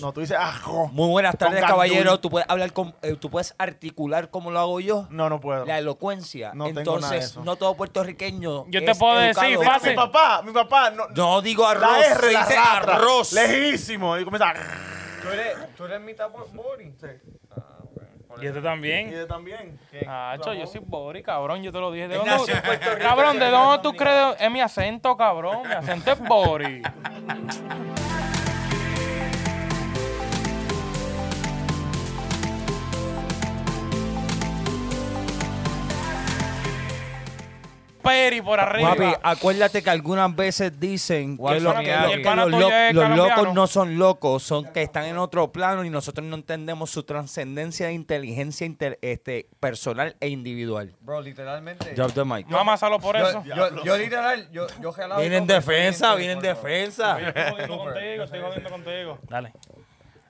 No, tú dices ajo. Muy buenas tardes, Con caballero. gandul. Tú puedes hablar con, eh, tú puedes articular como lo hago yo. No, no puedo. La elocuencia. No tengo Entonces, nada de eso. no todo puertorriqueño. Yo te es puedo decir educado. Mira, fácil. mi papá, mi papá. No, No digo arroz, la R se la dice arrastra. arroz. Lejísimo. Y comienza. a- ¿Tú eres, tú eres mitad bo- boring? Ah, bueno. Y este Y también. de también. Nacho, yo soy Bori, cabrón, yo te lo dije. ¿De Él dónde, nació en Puerto Rico, cabrón, ¿de se dónde tú crees? Es mi acento, cabrón. Mi acento es Bori. Peri por arriba. Papi, acuérdate que algunas veces dicen que, Guaso, lo- que Miami. lo- El que pana los, tuyo lo- es los colombiano. locos no son locos, son que están en otro plano y nosotros no entendemos su trascendencia de inteligencia inter- este, personal e individual. Bro, literalmente. Drop the mic. Mamá salo por eso. yo, yo, yo literal, yo, yo jalaba. Viene en todo, pero defensa, estoy viene en por favor. defensa. Estoy jodiendo contigo, estoy jodiendo contigo. Dale.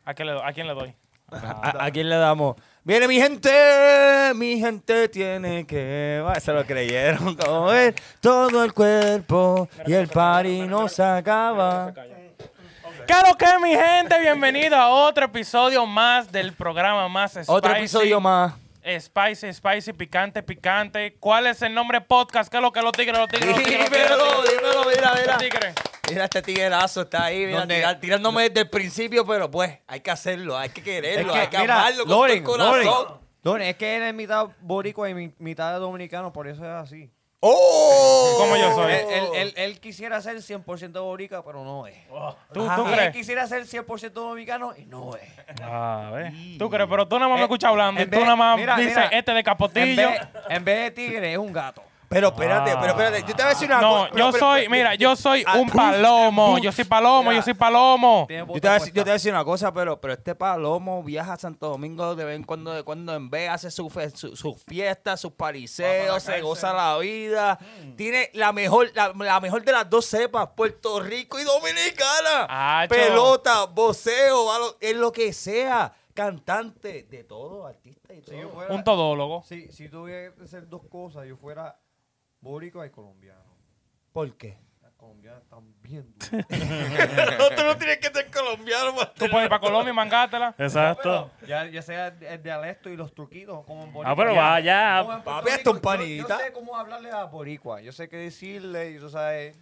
¿A quién le, do- a quién le doy? ¿A, a- a quién le damos? Viene mi gente, mi gente tiene que... va- Se lo creyeron, como ver todo el cuerpo y el party no se acaba. ¿Qué lo que es, mi gente? Bienvenido a otro episodio más del programa más spicy. Otro episodio más. Spicy, spicy, picante, picante. ¿Cuál es el nombre podcast? ¿Qué es lo que los tigres, los tigres, los tigres? los tigres, Dímelo, los tigres? dímelo, mira, Los mira. tigres. Mira, este tiguerazo está ahí, mira, Donde- tira- tirándome desde el principio, pero pues hay que hacerlo, hay que Es quererlo, que, hay que mira, amarlo con todo el Loren, corazón. Loren, Loren, es que él es mitad boricua y mi- mitad dominicano, por eso es así. ¡Oh! Como yo soy. Él, él- él- él quisiera ser 100% boricua, pero no es. ¿Tú, Y tú él crees? quisiera ser 100% dominicano y no es. A ver. ¿Tú crees? Pero tú nada más me Eh, escuchas hablando. Y en tú vez- nada más mira, dices, mira. este de En capotillo. vez, en vez de tigre, es un gato. Pero espérate, pero espérate, yo te voy a decir una No, cosa. pero- yo pero- soy, mira, yo soy Ah, un puf, palomo. puf. Yo soy palomo, yo Mira. soy palomo. Tiene Yo botas te, voy a decir, yo te voy a puestas. decir una cosa, pero, pero este palomo viaja a Santo Domingo de vez en cuando, de cuando en vez, hace sus fe- su- sus fiestas, sus pariseos, se goza la vida. Mm. Tiene la mejor, la, la mejor de las dos cepas, Puerto Rico y Dominicana. Acho. Pelota, voceo, a lo- es lo que sea. Cantante, de todo, artista y Si yo todo. fuera- Un todólogo. si- si tuviera que ser dos cosas, yo fuera boricua y colombiano. ¿Por qué? Las colombianas están bien duras. no, tú no tienes que ser colombiano. pa- Tú puedes ir para Colombia y mangátela. Exacto. ya, ya sea el, el dialecto y los truquitos como en boricua. Ah, pero Como vaya. en Puerto papi, hasta Rico, un panita. Yo, yo sé cómo hablarle a boricua, yo sé qué decirle y tú sabes.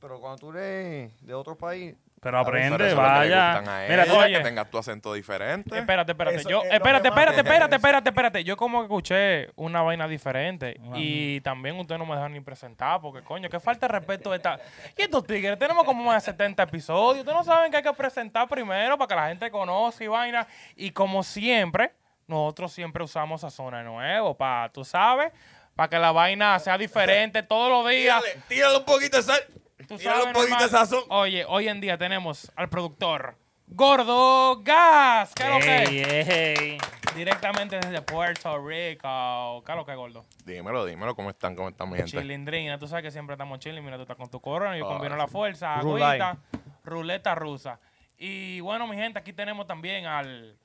Pero cuando tú eres de otro país, Pero Pero aprende, eso es lo que le vaya. gustan a Mira, ella, tú- oye. que tengas tu acento diferente. Espérate, espérate. Eso yo, es lo espérate, que más espérate, me espérate, interesa. espérate, espérate. Yo como que escuché una vaina diferente. Y también ustedes no me dejan ni presentar, porque coño, qué falta de respeto esta. Y estos tigres, tenemos como más de 70 episodios. Ustedes no saben que hay que presentar primero para que la gente conozca y vaina. Y como siempre, nosotros siempre usamos sazón de nuevo, para, tú sabes, para que la vaina sea diferente todos los días. Tírale, tírale un poquito de sal. Tú Tírale un sabes, poquito de normal. sazón. Oye, hoy en día tenemos al productor Gordo Gas. ¿Qué es lo que? Ey, ey. Directamente desde Puerto Rico. Claro que gordo. Dímelo, dímelo, ¿cómo están? ¿Cómo están, mi gente? Chilindrina, tú sabes que siempre estamos chilling. Mira, tú estás con tu corona, yo Ah, combino la fuerza, Rulay. agüita, ruleta rusa. Y bueno, mi gente, aquí tenemos también al,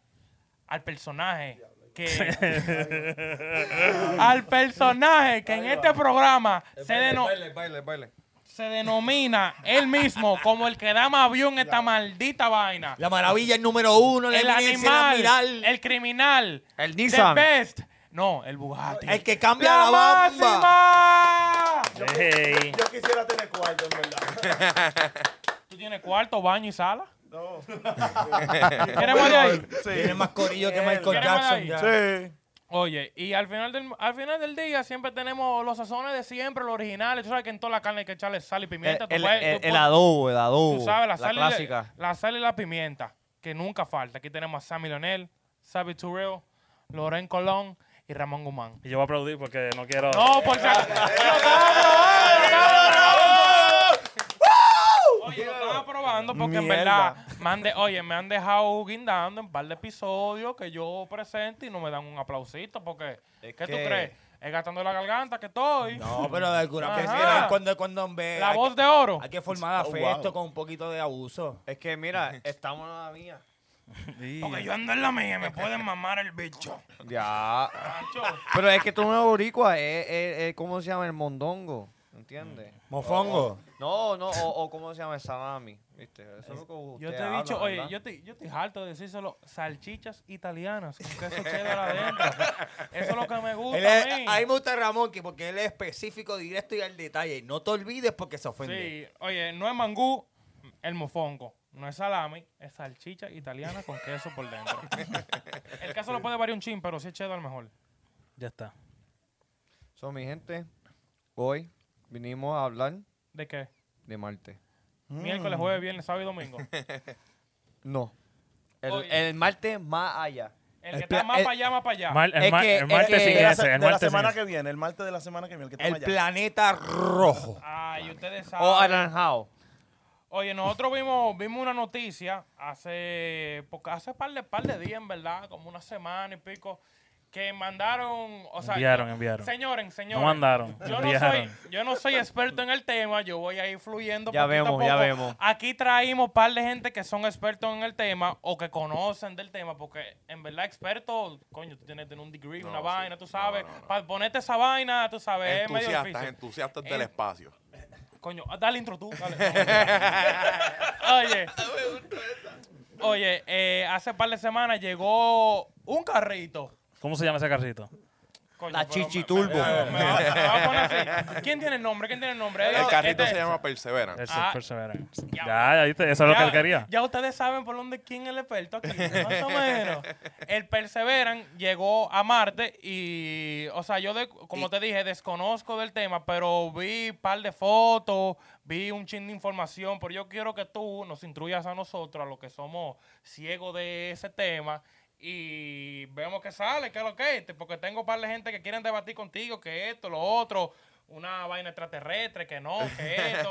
al personaje que. al personaje que en este programa se, deno- baile, baile, baile. se denomina él mismo como el que da más view en esta maldita vaina. La maravilla, el número uno, la el eminencia, animal, la miral. el criminal, El the Nissan. best. No, el Bugatti. El que cambia la máxima. Ey. Yo quisiera tener cuarto, en verdad. ¿Tú tienes cuarto, baño y sala? No. ¿Quieres más de ahí? Tiene más corillo que Michael ¿Quieres Jackson. más ya. Sí. Oye, y al final, del, al final del día siempre tenemos los sazones de siempre, los originales. Tú sabes que en toda la carne hay que echarle sal y Eh, pimienta. Tú puedes- tú puedes- adobo, el adobo. Tú sabes, la, sal y la- clásica. la sal y la pimienta, que nunca falta. Aquí tenemos a Sammy Leonel, Sabi Turrell, Loren Colón y Ramón Guzmán. Y yo voy a aplaudir porque no quiero. No, por si acaso. Lo estaba probando. Oye, lo estaba probando porque en verdad me han de- oye, me han dejado guindando en un par de episodios que yo presento y no me dan un aplausito porque Es ¿qué tú que- crees? Es gastando la garganta que estoy. No, pero de alguna Ajá. manera, cuando, cuando en vez. la hay, voz de oro. hay que formar Oh, afecto wow. con un poquito de abuso. Es que mira, estamos en la mía. Porque yo ando en la mía y me pueden mamar el bicho. Ya. pero es que tú no eres boricua, es, es- es- ¿cómo se llama? El mondongo. ¿Entiendes? Mofongo. No, no, o, o cómo se llama, salami, ¿viste? Eso es lo que Yo ustedes te he dicho, hablan, oye, ¿verdad? yo, te, yo estoy harto de decírselo, salchichas italianas con queso cheddar adentro. Eso es lo que me gusta Él a mí. es, a mí me gusta Ramón que porque él es específico, directo y al detalle. No te olvides porque se ofende. Sí, oye, no es mangú, el mofongo. No es salami, es salchicha italiana con queso por dentro. el caso lo puede variar un chin, pero si es cheddar mejor. Ya está. So, mi gente, hoy vinimos a hablar ¿De qué? de Marte. Miércoles, jueves, viernes, sábado y domingo. No. El, Oye. el Marte más allá. El que Espera, está más el- para allá, más para Ah, allá. Mal- el, Es ma- que- el es martes que- Eh, sin de la, ese, se- el de la martes sin semana ese. que viene, el martes de la semana que viene, el que está El allá. planeta rojo. Ay, ustedes O saben. anaranjado. Oye, nosotros vimos, vimos una noticia hace, poca- hace par de, par de días, en verdad, como una semana y pico, que mandaron, o sea, Enviaron, yo- enviaron. Señores, señores. mandaron, Yo no, soy, enviaron. yo no soy experto en el tema, yo voy a ir fluyendo. poquito Ya a vemos, ya poco. vemos. Aquí traímos par de gente que son expertos en el tema o que conocen del tema, porque en verdad expertos, coño, tú tienes que tener un degree, No, una sí. vaina, tú sabes. No, no, no. Para ponerte esa vaina, tú sabes, es medio Entusiastas, difícil. entusiastas del Eh, espacio. Coño, ah, dale intro tú. Dale. oye. Oye, eh, hace par de semanas llegó un carrito. ¿Cómo se llama ese carrito? Coño, La pero me- Chichiturbo. me- me- me va- me va a poner así. ¿Quién tiene el nombre? ¿Quién tiene el nombre? El carrito Este- se llama Perseverance. El Ah. Perseverance. Ya. Ya, ya viste, eso es lo que él quería. ya ustedes saben por dónde quién es el experto aquí, más o menos. El Perseveran llegó a Marte y, o sea, yo, de- como te dije, desconozco del tema, pero vi un par de fotos, vi un chin de información, pero yo quiero que tú nos instruyas a nosotros, a los que somos ciegos de ese tema. Y vemos que sale, que es lo que es, porque tengo un par de gente que quieren debatir contigo, que esto, lo otro, una vaina extraterrestre, que no, que esto.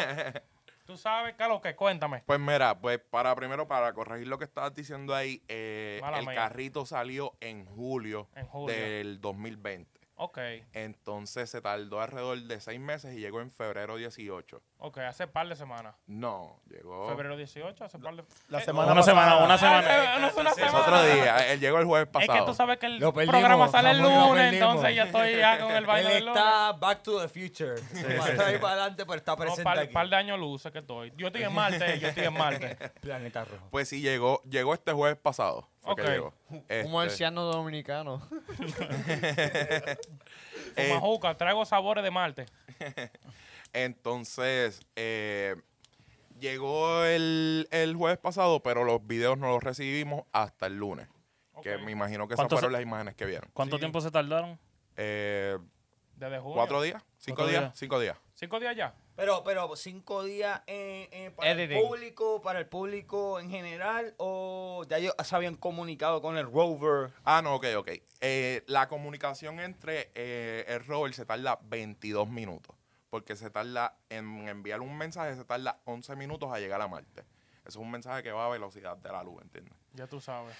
Tú sabes, Carlos, que cuéntame. Pues mira, pues para primero, para corregir lo que estabas diciendo ahí, eh, Mala el mía. carrito salió en julio, En julio. del 2020. Ok, Entonces se tardó alrededor de seis meses y llegó en febrero 18. ok, hace par de semanas. No, llegó... Febrero 18, hace par de... La Eh, semana Una semana, una ah, semana. se- no es una Es semana. otro día, él llegó el jueves Es pasado. que tú sabes que el Lo perdimos, programa sale el Ramón, lo lunes, perdimos. entonces ya estoy ya con el Él baile del lunes. está back to the future. está ahí para adelante, pero está No, presente par, aquí. par de años luces que estoy. Yo estoy en Marte, yo estoy en Marte. Planeta rojo. Pues sí, llegó, llegó este jueves pasado. fue que Ok. llegó. Este, Un marciano dominicano. eh, Majuca, traigo sabores de Marte. entonces, eh, llegó el, el jueves pasado, pero los videos no los recibimos hasta el lunes. Ok. Que me imagino que esas ¿Cuántos fueron son? las imágenes que vieron. ¿Cuánto tiempo se tardaron? Eh, Desde junio. ¿Cuatro días? ¿Cinco Cuatro días? días. Cinco días. Cinco días ya. Pero, pero cinco días eh, eh, para el Editing. público, para el público en general, o ya ellos se habían comunicado con el rover. Ah, no, ok, ok. Eh, la comunicación entre eh, el rover se tarda 22 minutos. Porque se tarda en enviar un mensaje, se tarda 11 minutos a llegar a Marte. Eso es un mensaje que va a velocidad de la luz, ¿entiendes? Ya tú sabes.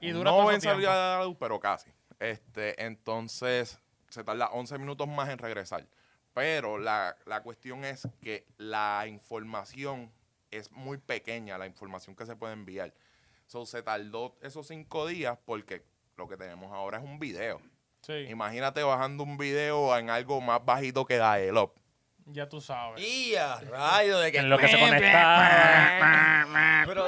Y dura no todo en ese tiempo. salida de la luz, pero casi. Este, entonces, se tarda 11 minutos más en regresar. Pero la, la cuestión es que la información es muy pequeña, la información que se puede enviar. So, se tardó esos cinco días porque lo que tenemos ahora es un video. Sí, Imagínate bajando un video en algo más bajito que da el up. ya tú sabes. Y a rayo de que. En lo que se conectaba. Pero,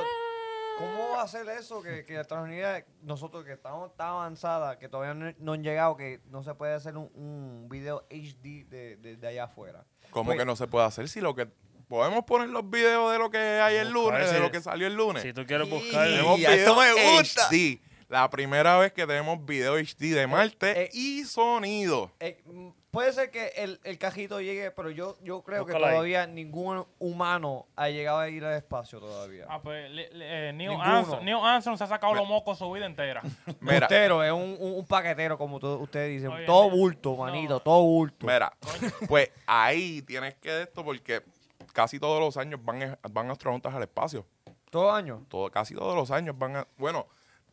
¿cómo va a ser eso? Que, que la tecnología, nosotros que estamos tan avanzada, que todavía no, no han llegado, que no se puede hacer un, un video HD de, de- de allá afuera. ¿Cómo Pues, que no se puede hacer si lo que... Podemos poner los videos de lo que hay el Buscar lunes, de si- lo que salió el lunes. Si tú quieres Sí. buscar. Tenemos Y eso video me gusta. HD. La primera vez que tenemos video HD de Marte eh. y sonido. eh, mm, puede ser que el, el cajito llegue, pero yo, yo creo que Búscalo ahí. todavía ningún humano ha llegado a ir al espacio todavía. Ah, pues, le- le- eh, Neil, Ninguno. Armstrong, Neil Armstrong se ha sacado los mocos su vida entera. Mira, Bustero, es un, un- un paquetero, como to- ustedes dicen. Oye, todo mira, bulto, no. manito, todo bulto. mira, pues ahí tienes que de esto porque casi todos los años van, eh, van astronautas al espacio. Todo año. Todo, casi todos los años van a... Bueno,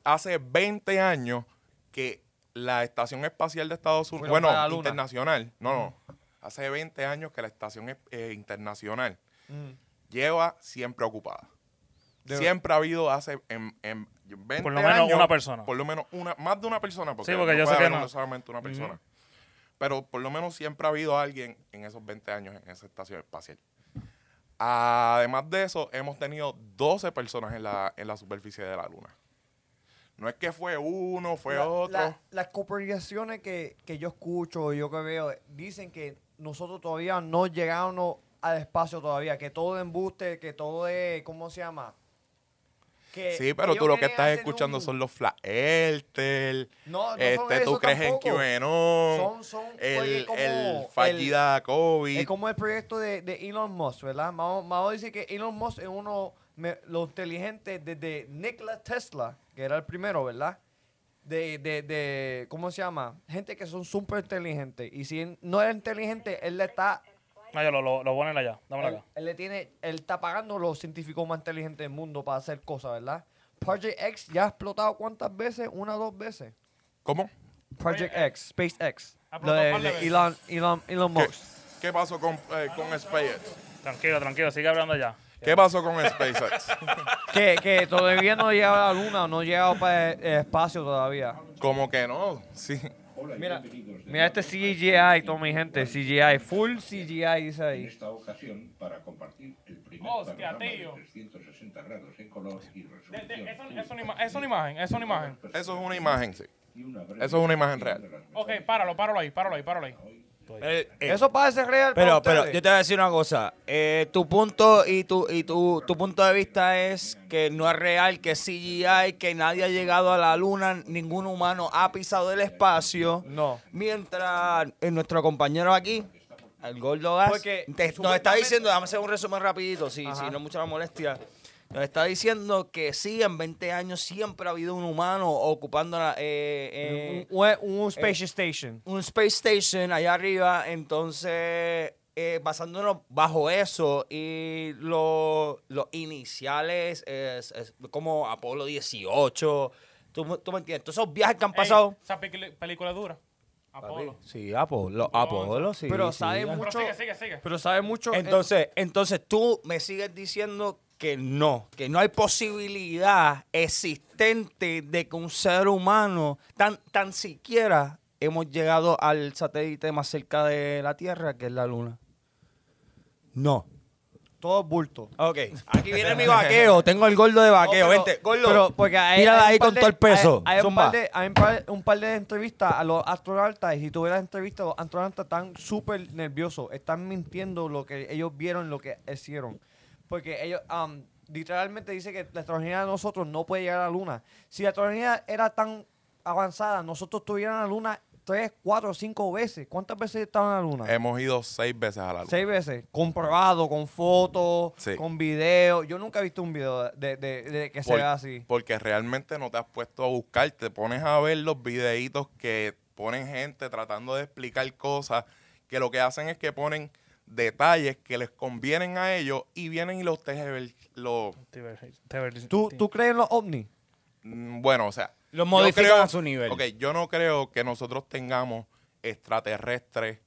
hace 20 años que la Estación Espacial de Estados Unidos... Fueron para la Bueno, luna. internacional. No, Mm. no. Hace 20 años que la Estación eh, Internacional Mm. lleva siempre ocupada. Debe- Siempre ha habido hace en, en 20 Por lo menos años, una persona. Por lo menos una, más de una persona. Porque Sí, porque no yo puede sé que haber no. Mm. una- solamente una persona. Pero por lo menos siempre ha habido alguien en esos 20 años en esa estación espacial. Además de eso, hemos tenido 12 personas en la, en la superficie de la Luna. No es que fue uno, fue La- otro. la- las cooperaciones que, que yo escucho, yo que veo, dicen que nosotros todavía no llegamos al espacio todavía, que todo es embuste, que todo es, ¿cómo se llama? Que Sí, pero eh, ellos tú lo que quieren estás hacer escuchando un- son los Flat Elter, No, no son este, tú eso crees en tampoco. QAnon, Son- son, el, oye, como el el- fallida COVID. Es como el proyecto de, de Elon Musk, ¿verdad? Mao, Mao dice que Elon Musk es uno de los inteligentes desde Nikola Tesla, que era el primero, ¿verdad? De, de, de, ¿cómo se llama? Gente que son súper inteligentes. Y si él no es inteligente, él le está, No, yo lo, lo, lo ponen allá. Dámelo él, acá. él le tiene, él está pagando los científicos más inteligentes del mundo para hacer cosas, ¿verdad? Project X ya ha explotado cuántas veces, una o dos veces. ¿Cómo? Project X, SpaceX. eh, Ha Lo explotado de, un par de de veces. Elon, Elon, Elon ¿Qué, Musk. qué pasó con, eh, con SpaceX? Tranquilo, tranquilo, sigue hablando allá. ¿Qué pasó con SpaceX? que, que todavía no ha llegado a la luna, no ha llegado para el, el espacio todavía. como que no, sí. Mira, mira este CGI, toda mi gente, CGI, full CGI En dice ahí. esta ocasión, para compartir el primer Hostia, panorama de tío. 360 grados en color y De- resolución de- Es un- es una full, ima- es una imagen, es una imagen. Eso es una imagen, sí. y una breve Eso es una imagen descripción real. de las Ok, páralo, páralo ahí, páralo ahí, páralo ahí. Eso parece real. eh, Pero, para pero, ustedes. yo te voy a decir una cosa. Eh, tu punto y tu y tu, tu punto de vista es que no es real, que es CGI, que nadie ha llegado a la luna, ningún humano ha pisado el espacio. No. Mientras eh, nuestro compañero aquí, el Gordo Gas, Porque, te- nos está supuestamente- diciendo, dame hacer un resumen rapidito, si, si Ajá. no es mucha la molestia. Nos está diciendo que sí, en 20 años siempre ha habido un humano ocupando la, eh, eh, un, un- un space station. un space station allá arriba, entonces eh, basándonos bajo eso y lo- los iniciales, es, es como Apolo 18, tú, me- tú me entiendes, todos esos viajes que han pasado. Ey, Esa pic- película dura. Apolo. Sí, Apolo, Apolo, sí. Pero sí, sabe ya. Pero mucho- sigue, sigue, sigue. Pero sabe mucho. Entonces, entonces tú me sigues diciendo que no, que no hay posibilidad existente de que un ser humano tan, tan siquiera hemos llegado al satélite más cerca de la Tierra, que es la Luna. No. eh, todo bulto. Ok, aquí viene mi vaqueo, tengo el gordo de vaqueo, No, pero- vente, gordo, pero porque hay- tírala hay un ahí par con de- todo el peso, Hay, hay un, zumba. par de, hay un, par, un par de entrevistas a los astronautas y si tú ves las entrevistas, los astronautas están súper nerviosos, están mintiendo lo que ellos vieron, lo que hicieron. Porque ellos am, literalmente dicen que la astronomía de nosotros no puede llegar a la luna. Si la astronomía era tan avanzada, nosotros tuviéramos la luna tres, cuatro, cinco veces. ¿Cuántas veces estaban en la luna? Hemos ido seis veces a la luna. Seis veces, comprobado, con fotos, Sí. con video. Yo nunca he visto un video de, de- de que se Por- vea así. Porque realmente no te has puesto a buscar, te pones a ver los videitos que ponen gente tratando de explicar cosas, que lo que hacen es que ponen detalles que les convienen a ellos y vienen y los tejer, los, ¿Tú, tú crees en los ovnis? Mm, Bueno, o sea. Los yo modifican creo- a su nivel. Ok, yo no creo que nosotros tengamos extraterrestres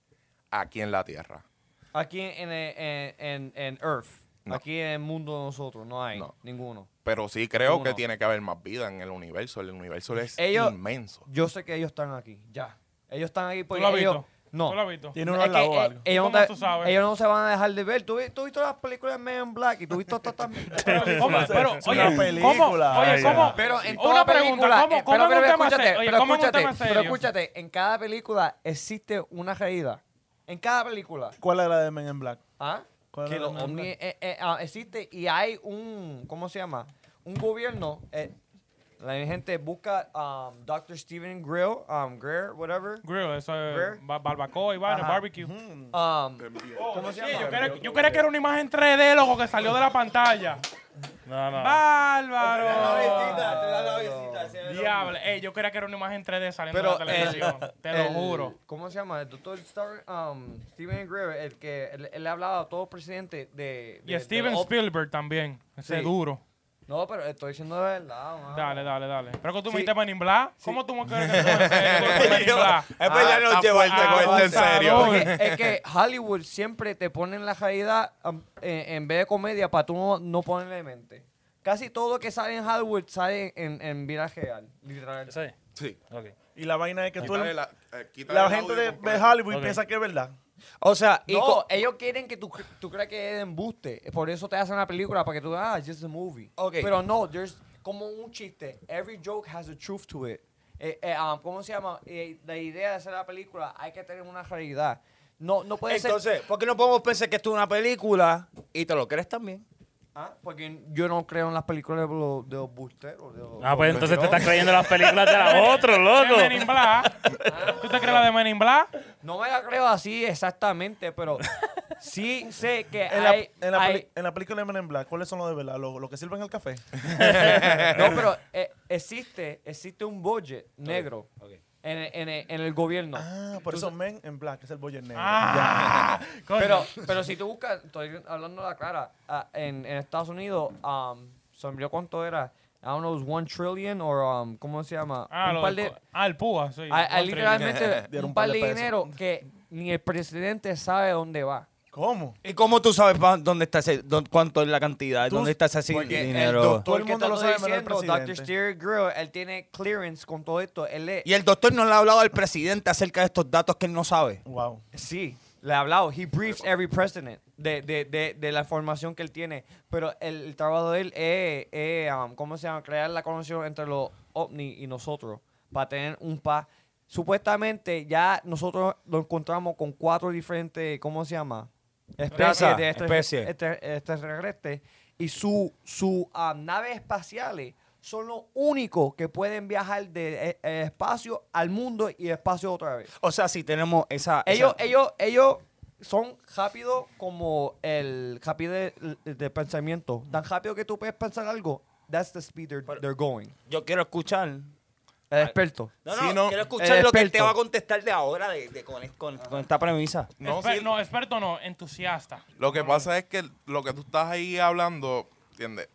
aquí en la Tierra. Aquí en, en- en- en- en Earth, No. aquí en el mundo de nosotros, no hay No. ninguno. Pero sí creo Uno. que tiene que haber más vida en el universo. El universo es Ellos- inmenso. Yo sé que ellos están aquí, ya. Ellos están aquí porque lo has ellos... visto? No. ¿Tú lo has visto? Tiene uno Es al que, lado o eh, algo. ellos, ¿Cómo no tú te- sabes? ellos no se van a dejar de ver. ¿Tú, vi- tú viste las películas de Men in Black y tú viste todas estas... Pero, ¿cómo? Pero, Es una oye, ¿cómo? película. Oye, Ay, ¿cómo? ay. Pero en una toda pregunta, película, ¿cómo, eh, cómo en pero, un pero tema escúchate, serio? Oye, pero ¿cómo en un escúchate, tema pero serio? escúchate, en cada película existe una caída. En cada película. ¿Cuál era de Men in Black? ¿Ah? ¿Cuál Que era los la ovnis norma? eh, eh, ah, existe y hay un, ¿cómo se llama? Un gobierno, eh, la gente busca um, Dr. Stephen Grill, um, Greer, whatever. Grill, eso es Grill. ba- barbacoa y vaina, Ajá. barbecue. Mm. Um, ¿Cómo se llama? Oh, Yo creía- Yo creía que era una imagen 3D, loco, que salió de la pantalla. No, no. ¡Bárbaro! Diablo, Ey, yo creía que era una imagen 3D saliendo Pero de la televisión. te lo el- juro. ¿Cómo se llama? El doctor Star, um, Stephen Greer, el que él, él le hablaba a todos los presidentes de... de- Y de Steven los ovnis. Spielberg también. Ese Sí. duro. No, pero estoy diciendo de verdad, mano. Dale, dale, dale. Pero que tú me Sí. dijiste Men in Black. ¿Cómo tú me crees que te Men in Black? Es Ah, Ah, verdad, no lleva el fuerte, teco, avanzado. este en serio. Porque es que Hollywood siempre te ponen la realidad um, en, en vez de comedia para tú no, no ponerle mente. Casi todo lo que sale en Hollywood sale en, en vida real, literal. Sí. Sí. Ok. Y la vaina es que tú... Quítale La, la, eh, quítale el gente audio de, de completo. Hollywood Ok. piensa que es verdad. O sea, y co- ellos quieren que tú, cre- tú creas que es embuste. Por eso te hacen una película para que tú ah, it's just a movie. Ok. Pero no, there's como un chiste. Every joke has a truth to it. Eh, eh, um, ¿Cómo se llama? Eh, la idea de hacer la película hay que tener una realidad. No, no puede ser. Entonces, ¿por qué no podemos pensar que esto es una película y te lo crees también? Ah, Porque yo no creo en las películas de los, de los busteros. de los- Ah, pues los entonces te mentirosos. estás creyendo las películas de la otro, De loco. Men in Black. ¿Tú te crees la de Men in Black? No me la creo así exactamente, pero sí sé que En la, Eh, hay, en la hay- peli- en la película de Men in Black, ¿cuáles son los de verdad? ¿Los los que sirven el café? No, pero eh, existe, existe un budget negro En, el, en el- en el gobierno. Ah, por Tú eso sa- Men in Black es el boyer negro. Ah, coño. Pero, pero si tú buscas, estoy hablando de la clara, ah, en, en Estados Unidos, um, se me olvidó cuánto era, I don't know, it was one trillion or, um, ¿cómo se llama? Ah, un lo par del de, co- ah, el púa, sí. hay- hay Otro- literalmente Dieron un un par par de de pesos. dinero que ni el presidente sabe dónde va. Ya. ¿Cómo? ¿Y cómo tú sabes pa- dónde está ese, dó- cuánto es la cantidad? Tú- ¿Dónde está ese sin- porque el dinero? doctor- Todo el mundo lo sabe, menos el diciendo, Dr. presidente. Steer Grill, él tiene clearance con todo esto. Él es- Y el doctor no le ha hablado al presidente acerca de estos datos que él no sabe. Wow. Sí, le he hablado. He briefs every president de, de, de, de la información que él tiene. Pero el, el trabajo de él es, es, um, ¿cómo se llama? Crear la conexión entre los ovnis y nosotros para tener un paz. Supuestamente ya nosotros lo encontramos con cuatro diferentes, ¿cómo se llama? Raza, Especies de este, especie. este- extraterrestres. Y sus su, um, naves espaciales son los únicos que pueden viajar del espacio al mundo y espacio otra vez. O sea, si tenemos esa... Ellos, esa- ellos, ellos son rápidos como el rápido de, de pensamiento. Tan rápido que tú puedes pensar algo, that's the speed they're, they're going. Yo quiero escuchar... El experto. No, Sí, no, no, quiero escuchar el lo que él te experto. va a contestar de ahora de, de con, con- con esta premisa. No, Exper- sí, no, experto no, entusiasta. Lo que pasa es que lo que tú estás ahí hablando, ¿entiendes?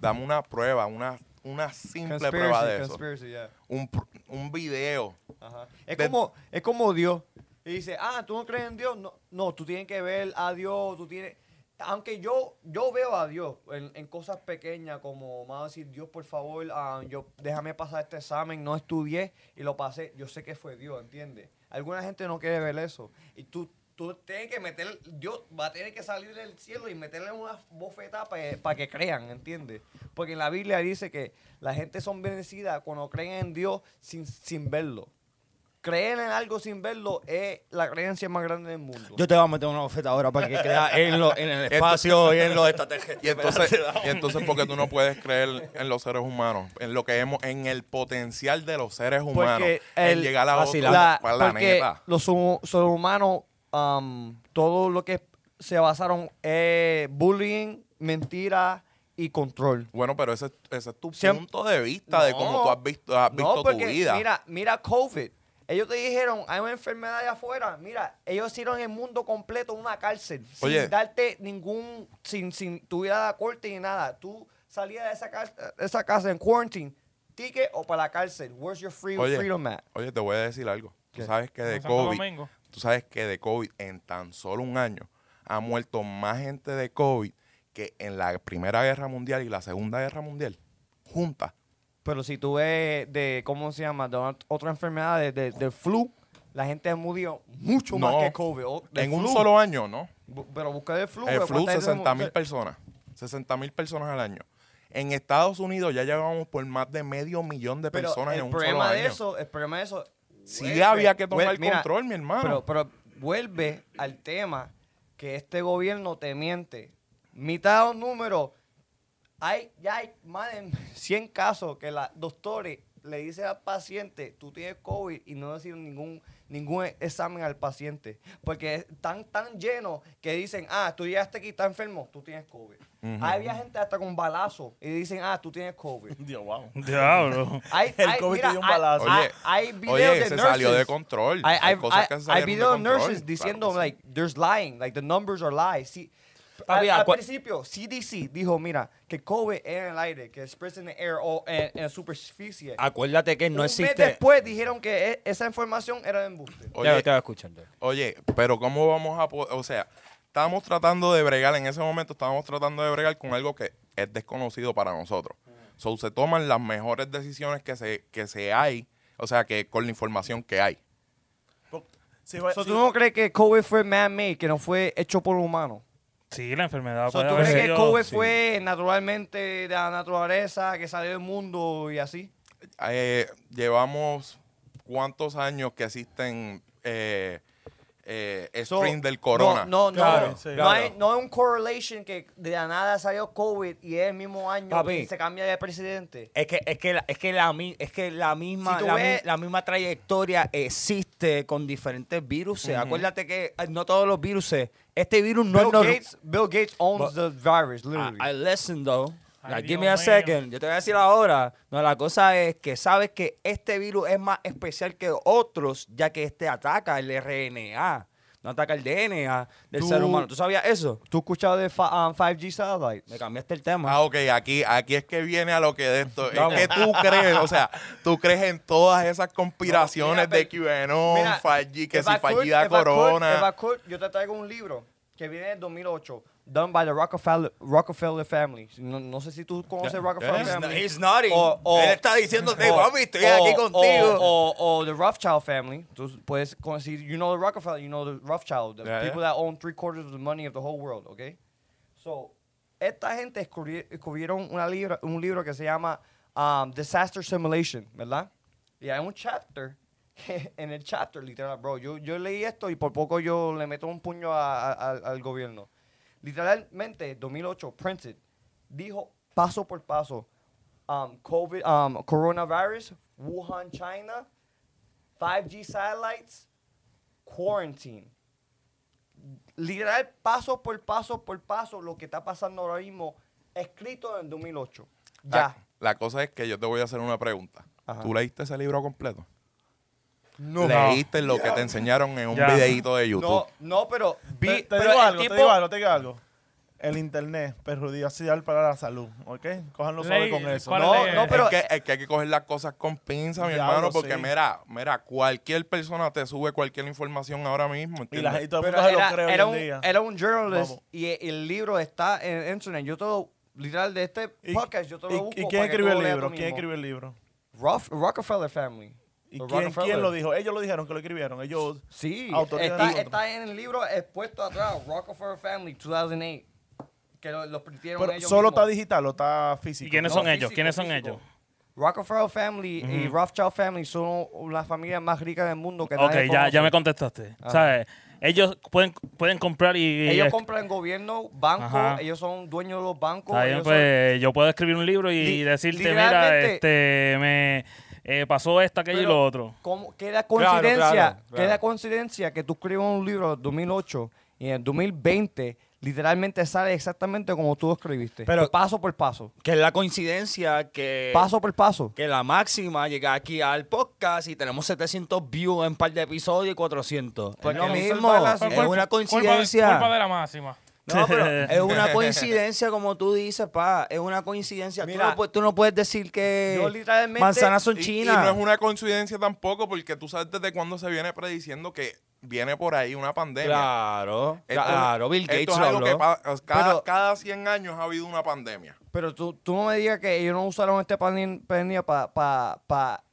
Dame una prueba, una, una simple prueba de eso. conspiracy, yeah. Un, pr- un video. Ajá. Es, De- como, es como Dios. Y dice, ah, ¿tú no crees en Dios? No, no tú tienes que ver a Dios, tú tienes... Aunque yo, yo veo a Dios en, en cosas pequeñas como, vamos a decir, Dios, por favor, ah, yo, déjame pasar este examen, no estudié y lo pasé. Yo sé que fue Dios, ¿entiendes? Alguna gente no quiere ver eso. Y tú, tú tienes que meter, Dios va a tener que salir del cielo y meterle una bofetada para que crean, ¿entiendes? Porque en la Biblia dice que la gente son bendecidas cuando creen en Dios sin, sin verlo. Creer en algo sin verlo es la creencia más grande del mundo. Yo te voy a meter una oferta ahora para que creas en, lo- en el espacio y en los estrategias. Y entonces, y entonces porque tú no puedes creer en los seres humanos, en lo que hemos, en el potencial de los seres humanos, en el- llegar a otro la- porque planeta. los hu- seres humanos, am, todo lo que se basaron es bullying, mentira y control. Bueno, pero ese, ese es tu Siem- punto de vista de cómo No. tú has visto, has visto No, porque tu vida. Mira, mira COVID. Ellos te dijeron, hay una enfermedad allá afuera. Mira, ellos hicieron el mundo completo una cárcel. Oye. Sin darte ningún, sin, sin tu vida a la corte ni nada. Tú salías de esa, car- de esa casa en quarantine, ticket o para la cárcel. Where's your free, Oye. freedom at? Oye, te voy a decir algo. ¿Qué? Tú sabes que de Como Santo COVID, Domingo. tú sabes que de COVID en tan solo un año ha muerto más gente de COVID que en la Primera Guerra Mundial y la Segunda Guerra Mundial juntas. Pero si tú ves de, ¿cómo se llama? De una- otra enfermedad, de, de- del flu, la gente murió mucho más No. que COVID. O- del En un flu. solo año, ¿no? Bu- Pero busca el flu. El pero flu, ¿cuánta gente 60 mu- mil personas. 60 mil personas al año. En Estados Unidos ya llevamos por más de medio millón de Pero personas el en un solo problema año. de eso, el problema de eso. Sí había que tomar vuel- mira, control, mi Pero, hermano. pero vuelve al tema que este gobierno te miente. Mitad de un número, hay, ya hay más de 100 casos que los doctores le dicen al paciente, tú tienes COVID y no decir ningún ningún examen al paciente. Porque es tan, tan lleno que dicen, ah, tú llegaste aquí, estás enfermo, tú tienes COVID. Había gente hasta con balazo y dicen, ah, tú tienes COVID. Dios, wow. Diablo. Hay, El hay- COVID mira, te dio un hay- balazo. Hay, Oye, hay videos oye, de se nurses. salió de control. Hay, Hay hay- cosas hay- que se hay salieron de videos de control, nurses claro diciendo, que sí. like, there's lying, like, the numbers are lies. Sí, Papi, al, al acu- principio, CDC dijo, mira, que COVID es en el aire, que spreads in the air o en, en la superficie. Ah, Acuérdate que no Un mes existe... después dijeron que e- esa información era de embuste. Oye, te voy a escuchar. Oye, pero ¿cómo vamos a poder? O sea, estamos tratando de bregar, en ese momento estábamos tratando de bregar con algo que es desconocido para nosotros. So, se toman las mejores decisiones que se, que se hay, o sea, que con la información que hay. Po- Si, va- So, si- ¿Tú no crees que COVID fue man-made, que no fue hecho por humano? Sí, la enfermedad So, puede ¿Tú haber crees que sido- COVID sí. fue naturalmente de la naturaleza, que salió del mundo y así? Eh, llevamos cuántos años que existen eh, eh, So, strain del corona. No, no, Claro, no. sí. no, Claro. Hay, no hay un correlation que de la nada salió COVID y es el mismo año Papi. que se cambia de presidente. Es que, es que, la- es que, la, mi- es que la, misma, Si tú la, mi- ves- la misma trayectoria existe con diferentes virus. Acuérdate que eh, no todos los virus, este virus no Bill, es nor- Gates, Bill Gates owns the virus, literally. I, I listen though. Ay, Like, Dios give me a mío. second. Yo te voy a decir ahora. No, la cosa es que sabes que este virus es más especial que otros, ya que este ataca el RNA, no ataca el DNA del Tú- ser humano. ¿Tú sabías eso? ¿Tú escuchabas de fa- um, 5G Me satellites? cambiaste el tema. Ah, ok, aquí, aquí es que viene a lo que de esto. Vamos. Es que tú crees, o sea, tú crees en todas esas conspiraciones No, mira, de QAnon, Mira, Fallí, que if si I could- if fallida I could- if corona. I could, yo te traigo un libro que viene del 2008, done by the Rockefeller, Rockefeller Family. No, no sé si tú conoces ¿Eh? Rockefeller He's Family. not- he's naughty. O- o- Él está diciéndote, o- papi, estoy o- aquí contigo. O, o, o the Rothschild family. Tú puedes conocer, you know the Rockefeller, you know the Rothschild, the Yeah, people that own three quarters of the money of the whole world, okay? So, esta gente escurri- escribieron una libra, un libro que se llama um, Disaster Simulation, ¿verdad? Y hay un chapter, que en el chapter, literal, bro, yo, yo leí esto y por poco yo le meto un puño a- a- al- al gobierno. Literalmente, 2008, printed, dijo paso por paso, um, COVID, um, coronavirus, Wuhan, China, 5G satellites, quarantine. Literal, paso por paso por paso, lo que está pasando ahora mismo, escrito en el 2008. La, Ya. la cosa es que yo te voy a hacer una pregunta. Ajá. ¿Tú leíste ese libro completo? No. ¿Leíste lo que te enseñaron en un Ya. videíto de YouTube? No, no, pero vi- te, te pero digo el algo, tipo- te digo algo, te digo algo. El internet perjudicial para la salud, ¿ok? Cójanlo suave Ley, con eso. ¿cuál No, es? no, pero- es, que, es que hay que coger las cosas con pinza, mi Diablo, hermano, porque sí. mira, mira, cualquier persona te sube cualquier información ahora mismo. y, ¿entiendes? la, y todo el Pero mundo se lo era, cree hoy era en un, día. era un journalist Vamos. y e- el libro está en internet. Yo todo, literal, de este Y- podcast, yo todo y- lo busco. ¿Y para quién que escribió tú el lo leas libro? tú ¿Quién mismo. escribió el libro? Roth- Rockefeller Family. ¿Y The quién, Rockefeller. quién lo dijo? Ellos lo dijeron que lo escribieron. Ellos. Sí, Autoridad está, del mundo. está en el libro expuesto atrás, Rockefeller Family 2008, que lo, lo printieron Pero ellos solo mismos. está digital o está físico. ¿Y quiénes No, son ellos? físico, ¿Quiénes son físico. ellos? Rockefeller Family y Rothschild Family son las familias más ricas del mundo que Ok, nadie ya, ya conoce. Ah. me contestaste. ¿Sabes? Ellos pueden, pueden comprar y... y- Ellos compran gobierno, banco, Ajá. ellos son dueños de los bancos. Está bien, ellos son- pues, yo puedo escribir un libro y Li- decirte, mira, literalmente- este, me eh, pasó esto, aquello y Pero, lo otro. ¿cómo- ¿Qué era Claro, coincidencia? claro, qué claro. era coincidencia que tú escribas un libro en 2008 y en el 2020 literalmente sale exactamente como tú lo escribiste? Pues Pero- paso por paso. Que es la coincidencia que... Paso por paso. que la máxima llega aquí al podcast y tenemos 700 views en un par de episodios y 400. Porque es lo no se mismo, baila es así. Culpa- una culpa de- coincidencia. Culpa de la máxima. No, pero es una coincidencia, como tú dices, pa. Es una coincidencia. Tú Mira, no pu- tú, no, puedes decir yo que literalmente- manzanas son Y- chinas. Y, no es una coincidencia tampoco, porque tú sabes desde cuándo se viene prediciendo que viene por ahí una pandemia. Claro, Esto- claro. Bill esto Gates es lo algo que habló. pa- cada, Pero- cada 100 años ha habido una pandemia. Pero tú, tú no me digas que ellos no usaron este pandemia para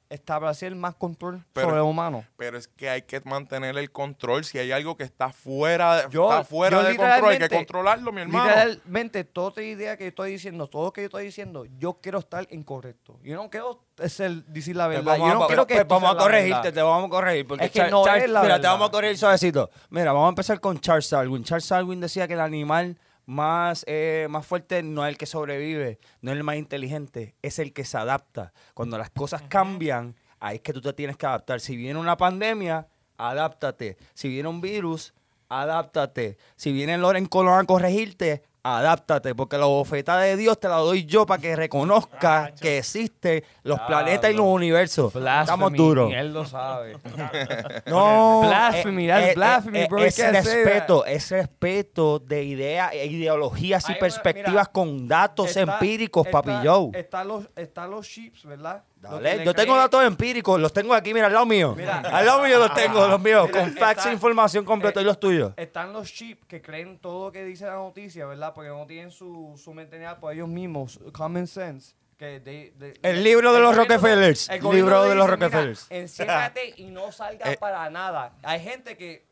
establecer más control Pero- sobre los humanos. Pero es que hay que mantener el control. Si hay algo que está fuera, de- Yo- está fuera yo de control, hay que literalmente- controlarlo, mi hermano. Literalmente, toda esta idea que yo estoy diciendo, todo lo que yo estoy diciendo, yo quiero estar incorrecto. Yo no quiero ser- decir la Pues verdad. vamos yo a- no quiero que pues esto vamos a sea la corregirte, verdad. te vamos a corregir. Porque Es que no es mira, la te verdad. vamos a corregir suavecito. Mira, vamos a empezar con Charles Darwin. Charles Darwin decía que el animal más, eh, más fuerte no es el que sobrevive, no es el más inteligente, es el que se adapta. Cuando las cosas cambian, ahí es que tú te tienes que adaptar. Si viene una pandemia, adáptate. Si viene un virus, adáptate. Si viene Loren Colón a corregirte, adáptate. Porque la bofeta de Dios te la doy yo para que reconozcas que existen los planetas y los universos. Estamos duros. Blasphemy, Él lo sabe. Eh, No. eh, Blasphemy, that's blasphemy, bro. You Es can't say eh, respeto, es respeto de ideas, ideologías y Hay una- perspectivas mira, con datos Está- empíricos, está- papi Joe. Están los, están los chips, ¿verdad? Lo que Dale, le yo tengo creen- datos empíricos, los tengo aquí, mira, al lado mío. Mira. al lado mío los tengo, los míos, Mira, con facts está- e información completa eh, y los tuyos. Están los chips que creen todo lo que dice la noticia, ¿verdad? porque no tienen su, su mentalidad por pues ellos mismos, common sense. Que they- they- El libro de los gobierno- Rockefellers. el gobierno Libro le de los dice, "Mira, Rockefellers". Enciérrate y no salgas Eh. para nada. Hay gente que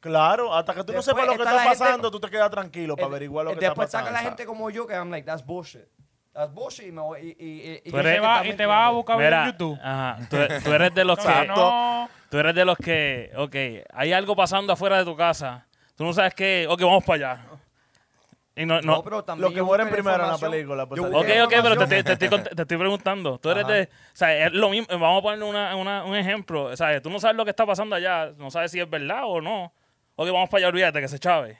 Claro, hasta que tú Después no sepas lo que está está la gente- pasando, tú te quedas tranquilo para El- averiguar lo el que está Después pasando. saca la gente como yo que I'm like, that's bullshit. That's bullshit y me voy. Y, y, y, Tú yo sé eres- Te que va- está y te vas a mintiendo. buscar Mira, en YouTube. Ajá, tú, e-, tú eres de los No, que... no. Tú eres de los que, ok, hay algo pasando afuera de tu casa. Tú no sabes qué, ok, vamos para allá. Y no, no. No, pero también. Los que yo mueren busco primero en la información. película, pues, Yo salió. ok, busco ok, pero te, información. estoy- te estoy, cont- te estoy preguntando. Tú eres Ajá. de, o sea, es lo mismo, vamos a poner una- una- un ejemplo. O sea, tú no sabes lo que está pasando allá, no sabes si es verdad o no. Ok, vamos para allá, olvídate que se chave.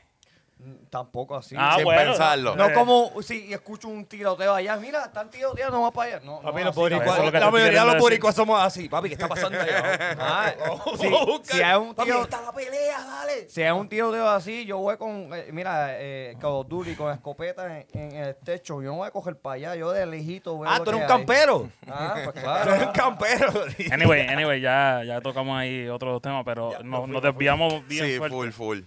Tampoco así. Ah, Sin bueno. pensarlo. No como si escucho un tiroteo allá, mira, están tiroteando, no va para allá. No, Papi, no, los así boricuas- tampoco. Eso es lo que la te mayoría de quieren los decir. boricuas somos así. Papi, ¿qué está pasando allá? Ah, si, si hay un tío, la pelea, dale. Si hay un tiroteo así, yo voy con, eh, mira, eh, Call of Duty con escopeta en, en el techo. Yo no voy a coger para allá, yo de lejito veo Ah, lo tú eres un que hay. campero. Ah, pues Tú eres claro. un campero. Eh, Anyway, anyway, ya, ya tocamos ahí otros temas, pero nos, nos desviamos bien Sí, fuerte. full, full.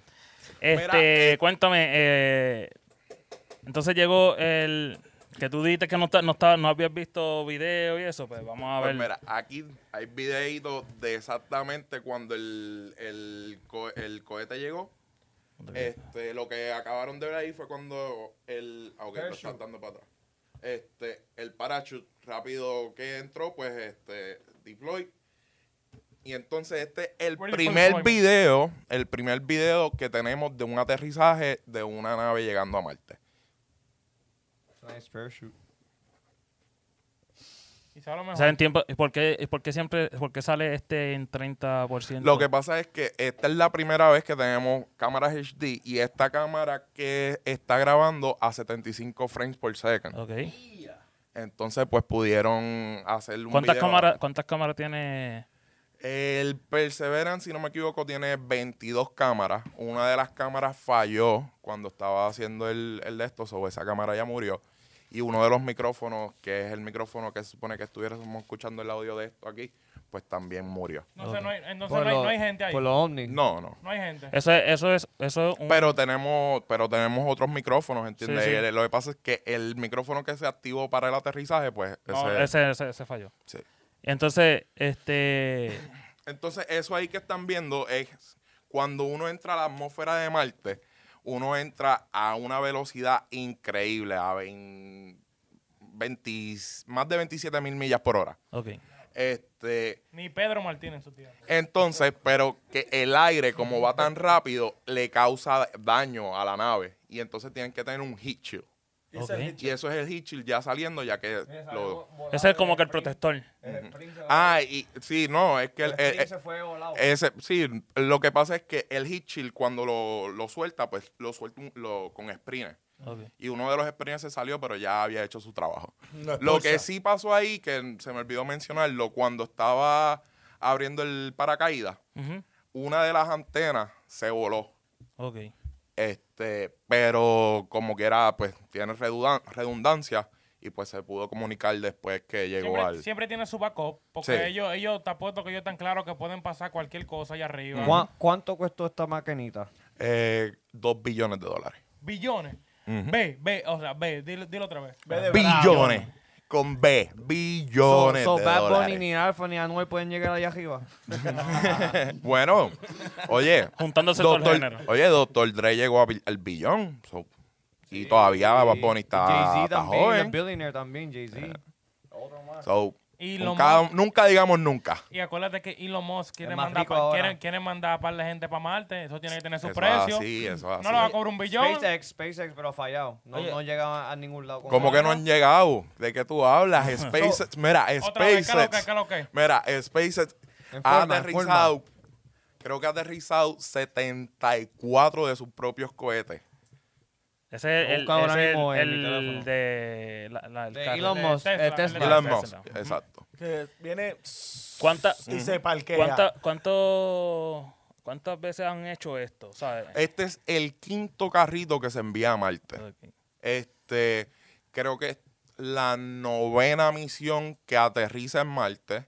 Este, cuéntame, eh, entonces llegó el que tú dijiste que no, está- no, está- no habías visto video y eso, pues vamos a ver. Pues mira, aquí hay videitos de exactamente cuando el, el, co- el cohete llegó. Este, lo que acabaron de ver ahí fue cuando el. ah, ok, lo estás dando para atrás. Este, el parachute rápido que entró, pues este, deploy. Y entonces este es Ready el for primer deployment. video, el primer video que tenemos de un aterrizaje de una nave llegando a Marte. Y sabe lo mejor. ¿Saben tiempo? ¿Y por qué, y por qué siempre por qué sale este en 30%? Lo que pasa es que esta es la primera vez que tenemos cámaras HD y esta cámara que está grabando a 75 frames por second. Ok. Entonces, pues pudieron hacer un ¿Cuántas video. cámaras, ¿Cuántas cámaras tiene? El Perseverance, si no me equivoco, tiene 22 cámaras. Una de las cámaras falló cuando estaba haciendo el, el de estos, o esa cámara ya murió. Y uno de los micrófonos, que es el micrófono que se supone que estuviéramos escuchando el audio de esto aquí, pues también murió. Entonces, no hay, entonces Por no, hay, lo- Eh. no hay gente ahí. Por los ovnis. No, no. No hay gente. Eso es, eso es, eso es un- Pero tenemos, pero tenemos otros micrófonos, ¿entiendes? Eh, Sí, sí. Y Lo que pasa es que el micrófono que se activó para el aterrizaje, pues... no, ese- ese, ese- ese falló. sí. Entonces, este Entonces, eso ahí que están viendo es cuando uno entra a la atmósfera de Marte, uno entra a una velocidad increíble, a vein- 20 más de 27 mil millas por hora. Ok. Este, Ni Pedro Martínez en su tiempo. Entonces, pero que el aire, como va tan rápido, le causa daño a la nave. Y entonces tienen que tener un heat shield. ok. Y eso es el heat shield ya saliendo, ya que lo... Ese es como que el protector. Ah, y sí, no, es que el, el- se fue volado. ese, sí, lo que pasa es que el heat shield cuando lo, lo suelta, pues lo suelta un- lo- con sprint. Ok. Y uno de los sprints se salió, pero ya había hecho su trabajo. Lo que sí pasó ahí, que se me olvidó mencionarlo, cuando estaba abriendo el paracaídas, Ujú. una de las antenas se voló. Ok. Este, pero como que era, pues tiene redundan- redundancia y pues se pudo comunicar después que llegó Siempre, al... siempre tiene su backup. Porque Sí. ellos, ellos, te apuesto que ellos están claros que pueden pasar cualquier cosa allá arriba. ¿Cuá- ¿Cuánto costó esta maquinita? Eh, dos billones de dólares. Billones. Ve, ve, o sea, ve, dilo, dilo otra vez. Billones. Con B. Billones so, de Bad Bunny, dólares. ni Alfa, ni Anuel pueden llegar allá arriba. Bueno, oye. Juntándose todo el género. doctor, Oye, Doctor Dre llegó a bi- al billón. so, y todavía Bad Bunny está, Jay-Z está también, el joven. billionaire también, Jay-Z. So, Y lo nunca, nunca digamos nunca. Y acuérdate que Elon Musk quiere Es más mandar, rico pa- ahora. quiere, quiere mandar a par de gente para Marte. Eso tiene que tener su Eso precio. así, eso no así. lo va a cobrar un billón. SpaceX, SpaceX, pero ha fallado. No, Oye. no llegaba a ningún lado. con Como eso. que no han llegado. ¿De qué tú hablas? SpaceX. Mira, Otra vez, ¿qué es lo que- SpaceX. qué es lo que? Mira, SpaceX En ha forma, en aterrizado. Creo que ha aterrizado 74 de sus propios cohetes. Ese es Lo el, busco ahora ese es mismo el- en mi el teléfono. de la, la- el De carro. Elon de Musk, Tesla, eh, Tesla. Elon Tesla. Musk, exacto. Que viene ¿Cuánta- y se parquea. ¿Cuánta- cuánto- ¿Cuántas veces han hecho esto? ¿Sabes? Este es el quinto carrito que se envía a Marte. Ok. Este, creo que es la novena misión que aterriza en Marte.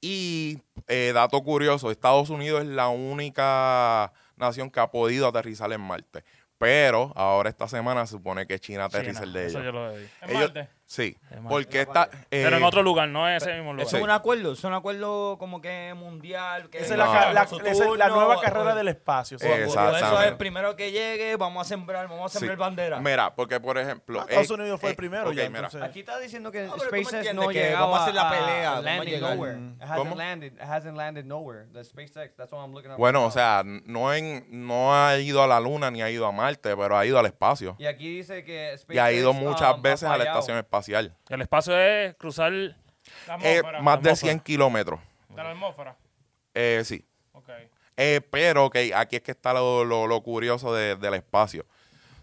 Y eh, dato curioso, Estados Unidos es la única nación que ha podido aterrizar en Marte. Pero ahora esta semana se supone que China aterriza el de Eso yo ellos. lo vi. En Ellos- Marte. Sí, En Marte. porque eh, está... Pero en otro lugar, no en ese mismo lugar. Eso Sí. es un acuerdo, es un acuerdo como que mundial. Que Esa es la, ca- la- esa es la nueva carrera del espacio. Por Exacto. pues. eso es Exactamente. el primero que llegue, vamos a sembrar, vamos a Sí. sembrar bandera. Mira, porque por ejemplo... Ah, Estados eh, Unidos fue el eh, primero ok, ya, mira. entonces. Aquí está diciendo que pero tú me SpaceX entiendes no que llegaba vamos a hacer la pelea, a vamos a landing llegar. nowhere. It hasn't Mm, ¿Cómo? landed. It hasn't landed nowhere. The SpaceX, that's what I'm looking at. Bueno, right o now. sea, no, en, no ha ido a la Luna ni ha ido a Marte, pero ha ido al espacio. Y aquí dice que SpaceX Y ha ido um, muchas ha veces a la fallado. estación espacial. El espacio es cruzar. La Eh, atmósfera. más de atmósfera. 100 kilómetros. De la atmósfera. Eh, sí. Ok. Eh, pero que aquí es que está lo, lo- lo curioso de- del espacio.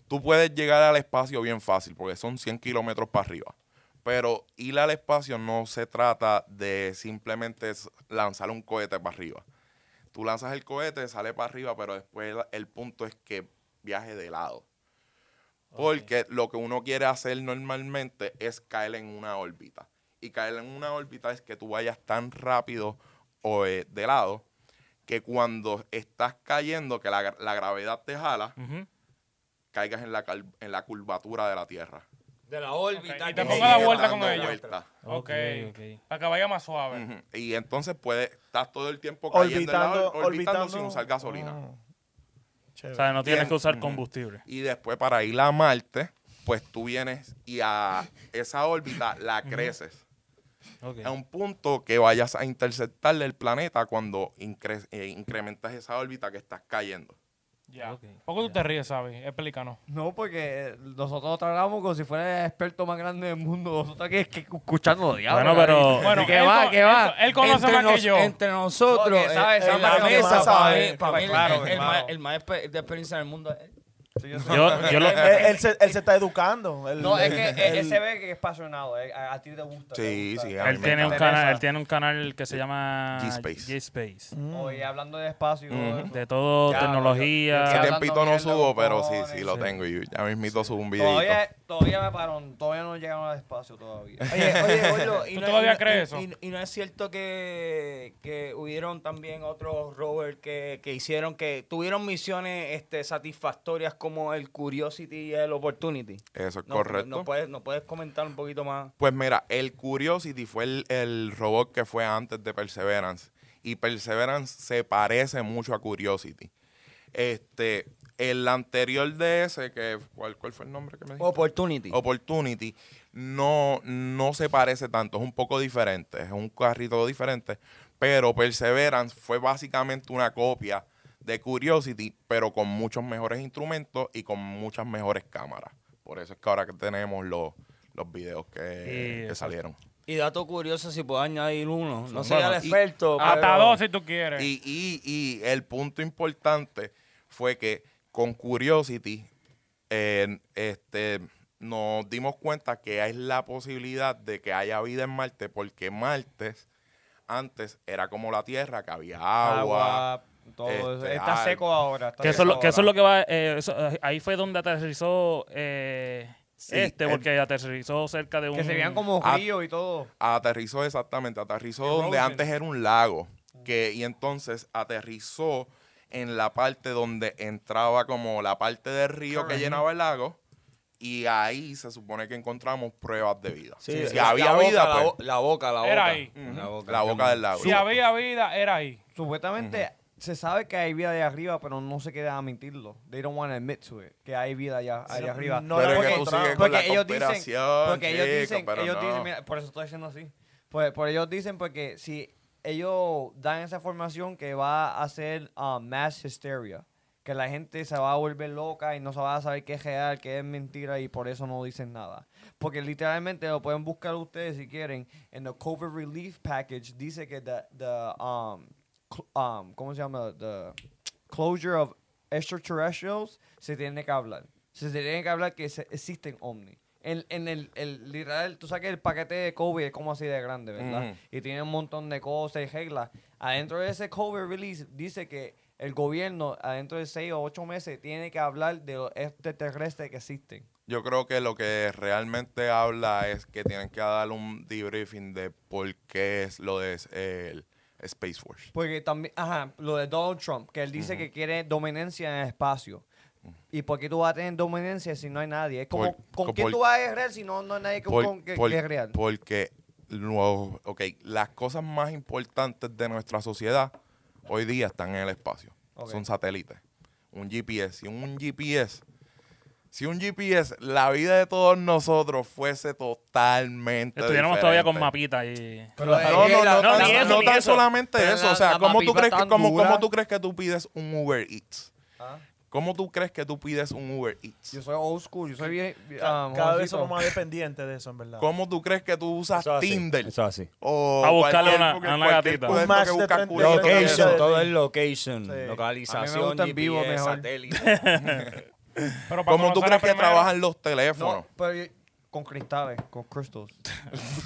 Tú puedes llegar al espacio bien fácil, porque son 100 kilómetros para arriba. Pero ir al espacio no se trata de simplemente s- lanzar un cohete para arriba. Tú lanzas el cohete, sale para arriba, pero después la- el punto es que viaje de lado. Porque lo que uno quiere hacer normalmente es caer en una órbita. Y caer en una órbita es que tú vayas tan rápido o eh, de lado que cuando estás cayendo, que la, gra- la gravedad te jala, Ujú. caigas en la, cal- en la curvatura de la Tierra. De la órbita. Ok, y que te sigue ponga la vuelta dando como ellos. vuelta. Ok. ok. Para que vaya más suave. Ujú. Y entonces puedes, estás todo el tiempo cayendo en la or- orbitando, sin usar gasolina. Oh. O Chévere. sea, no tienes Bien. que usar Ujú. combustible. Y después para ir a Marte, pues tú vienes y a esa órbita la creces. Ok. A un punto que vayas a interceptarle el planeta cuando incre- eh, incrementas esa órbita que estás cayendo. Ya. Ok, ¿Por qué tú te ríes, Xavi? Explícanos. No, porque eh, nosotros tratamos como si fuera el experto más grande del mundo. Nosotros aquí es que escuchando los diablos. Bueno, pero- cabrón. Bueno, ¿Qué él va? co- ¿Qué él va? co- Él conoce entre más que nos- yo. Entre nosotros, Ok, eh, ¿sabes? en Sabe la lo que mesa, más para sabe. mí, para mí el- Claro, el- el claro. más- el más exper- de experiencia en el mundo. es él. Sí, yo sé. Yo, yo lo, Él, él se, él se está educando. Él- No, es que eh, él él- se ve que es apasionado. eh, A, a ti te gusta. Sí, te gusta. sí, a mí él, me tiene un encanta. canal, él tiene un canal que se llama G-Space. G-Space. Oye, hablando de espacio. Ujú. Mm. De todo, Ya, tecnología. Ah. ya, Hace Hablando tiempito no mierda, subo, pero sí, cojones. sí lo Sí. tengo. Y ya mismito subo un videito. Todavía, todavía me pararon. Todavía no llegaron al espacio todavía. Oye, oye, Gordo, y ¿Tú no- todavía y no- crees y- eso? Y, y no es cierto que, que hubieron también otros rovers que, que hicieron, que tuvieron misiones este, satisfactorias como el Curiosity y el Opportunity. Eso es No, correcto. No, puedes, no puedes comentar un poquito más. Pues mira, el Curiosity fue el, el robot que fue antes de Perseverance. Y Perseverance se parece mucho a Curiosity. Este, el anterior de ese, que, ¿cuál, cuál fue el nombre que me dijiste? Opportunity. Opportunity no, no se parece tanto, es un poco diferente, es un carrito diferente, pero Perseverance fue básicamente una copia de Curiosity, pero con muchos mejores instrumentos y con muchas mejores cámaras. Por eso es que ahora que tenemos los, los videos que, Sí, que salieron. Y dato curioso, si puedo añadir uno. No Son soy el buenos. Y- experto. Hasta pero- dos si tú quieres. Y, y- y el punto importante fue que con Curiosity eh, este, nos dimos cuenta que hay la posibilidad de que haya vida en Marte, porque Marte antes era como la Tierra, que había agua. todo eso. este, Está al- seco ahora. está Que eso, es lo- seco que eso es lo ahora. que va. eh, eso, eh, ahí fue donde aterrizó eh, Sí, este, el- porque aterrizó cerca de un. Que se veían como Ah. ríos y todo. Aterrizó exactamente, aterrizó donde antes era un lago. Que, y entonces aterrizó en la parte donde entraba como la parte del río que llenaba el lago. Y ahí se supone que encontramos pruebas de vida. Sí, si la- había la boca, vida, la, pues, bo- la boca, la boca. Era ahí. La boca. Mm-hmm. la boca del lago. Si había vida, era ahí. Supuestamente se sabe que hay vida allá arriba, pero no se queda a mentirlo. They don't want to admit to it, que hay vida allá, allá arriba. no la Pero que hemos tú encontrado. sigues con porque la ellos dicen, conspiración, porque ellos chico, dicen, pero ellos no. dicen, mira, por eso estoy diciendo así. Por, por ellos dicen porque si ellos dan esa información que va a hacer uh, mass hysteria, que la gente se va a volver loca y no se va a saber qué es real, qué es mentira y por eso no dicen nada. Porque literalmente lo pueden buscar ustedes si quieren. En el COVID relief package dice que the, the um, cl- um, ¿cómo se llama? The closure of extraterrestrials se tiene que hablar. Se tiene que hablar que se- existen ovnis. En, en el, el literal, tú sabes que el paquete de COVID es como así de grande, ¿verdad? Ujú. Y tiene un montón de cosas y reglas. Adentro de ese COVID release dice que el gobierno, adentro de seis o ocho meses, tiene que hablar de los extraterrestres que existen. Yo creo que lo que realmente habla es que tienen que dar un debriefing de por qué es lo de eh, el Space Force. Porque también, ajá, lo de Donald Trump, que él dice que quiere dominancia en el espacio. ¿Y por qué tú vas a tener dominancia si no hay nadie? Es como, Por- ¿con co- quién por- tú vas a guerrear si no, no hay nadie con, Por- con que por- guerrear? Porque lo- ok, las cosas más importantes de nuestra sociedad hoy día están en el espacio. Ok. Son satélites. Un GPS. Si un GPS, si un GPS, la vida de todos nosotros fuese totalmente. Estuviéramos todavía con diferente. mapitas y... Pero es No, que no, la- no, no, tan- ni eso, no ni tan eso. solamente Pero eso. la- O sea, la ¿cómo tú, mapipa crees que, tan cómo, dura. cómo tú crees que tú pides un Uber Eats? Ah. ¿Cómo tú crees que tú pides un Uber Eats? Yo soy old school, yo soy bien... Ca- um, Cada vez jovencito. somos más dependientes de eso, en verdad. ¿Cómo tú crees que tú usas Eso es así, Tinder? Eso es así. O A buscarle cualquier- una- a una cualquier gatita. puesto Un match que de buscas 30 curioso. minutos. Location, Eso. todo es location. Sí. A mí me Localización, gusta en vivo GPS, mejor. satélite. Pero para ¿Cómo tú conocer a crees que primera- trabajan los No, teléfonos? pero yo- con cristales, con crystals.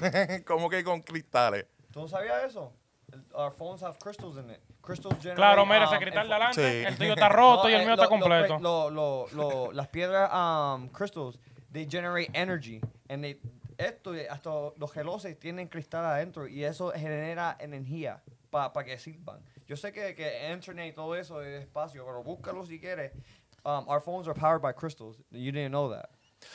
¿Cómo que con cristales? ¿Tú no sabías eso? El- Our phones have crystals in it. Crystals generate, Claro, mira, um, ese cristal de info- adelante, Sí. el tuyo está roto No, y el eh, mío lo- está lo- completo. lo- lo- lo- las piedras um, crystals, they generate energy. And they- esto, eh, hasta los geloses tienen cristal adentro y eso genera energía para que sirvan. Yo sé que, que internet y todo eso es espacio, pero búscalo si quieres. Um, our phones are powered by crystals. You didn't know that.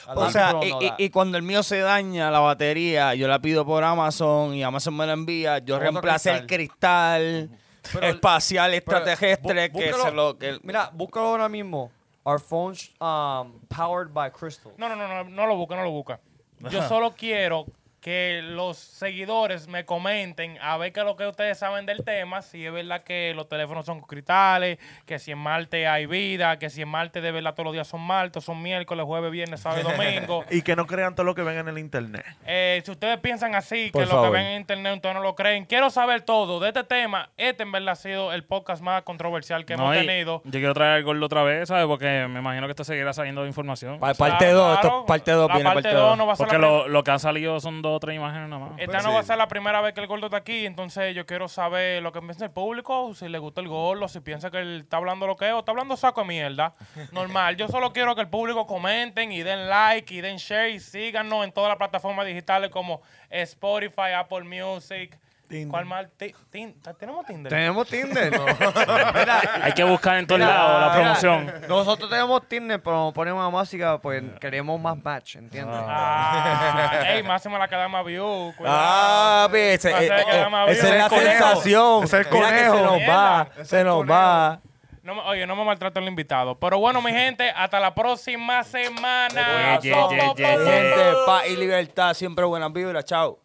A lot O of sea, people don't y, know y- that. y cuando el mío se daña la batería, yo la pido por Amazon y Amazon me la envía. Yo Otro reemplacé el cristal Pero- espacial Pero, extraterrestre bú- que búscalo- se lo. que- Mira, búscalo ahora mismo. Our phones um, powered by crystal. No, no, no, no, no lo busca, no lo busca. Yo solo quiero que los seguidores me comenten a ver qué es lo que ustedes saben del tema, si es verdad que los teléfonos son cristales, que si en Marte hay vida, que si en Marte de verdad todos los días son martes, son miércoles, jueves, viernes, sábado y domingo. Y que no crean todo lo que ven en el internet. Eh, si ustedes piensan así, Por que favor. lo que ven en internet ustedes no lo creen, quiero saber todo de este tema. Este en verdad ha sido el podcast más controversial que No, hemos y tenido. Yo quiero traer el gordo otra vez, ¿sabes? Porque me imagino que esto seguirá saliendo de información. Pa- Parte 2, esto Claro, es parte 2, la viene parte parte dos 2. no va a ser la Eh, Porque lo, lo que ha salido son dos o tres imágenes nada más. Esta no va a ser la primera vez que el gordo está aquí, entonces yo quiero saber lo que piensa el público, si le gusta el gordo, si piensa que él está hablando lo que es, o está hablando saco de mierda. Normal, yo solo quiero que el público comenten y den like y den share y síganos en todas las plataformas digitales como Spotify, Apple Music. Tinder. ¿Cuál más? Ti- tin- ¿Tenemos Tinder? Tenemos Tinder. Mira, Hay que buscar en todos mira, lados la mira, eh, promoción. Nosotros tenemos Tinder, pero nos ponemos a música pues queremos más match, ¿entiendes? Ah, ey, máximo la cadena más view. cuidado. Ah, ve, ese- Va a eh, ser que eh, la más esa view es la del colegio. sensación. Es el Mira que conejo. Se nos va, Mierda. se nos va. No me- oye, no me maltrate el invitado. Pero bueno, mi gente, hasta la próxima semana. Yeah, yeah, yeah, yeah, yeah. Gente, paz y libertad, siempre buenas vibras, chao.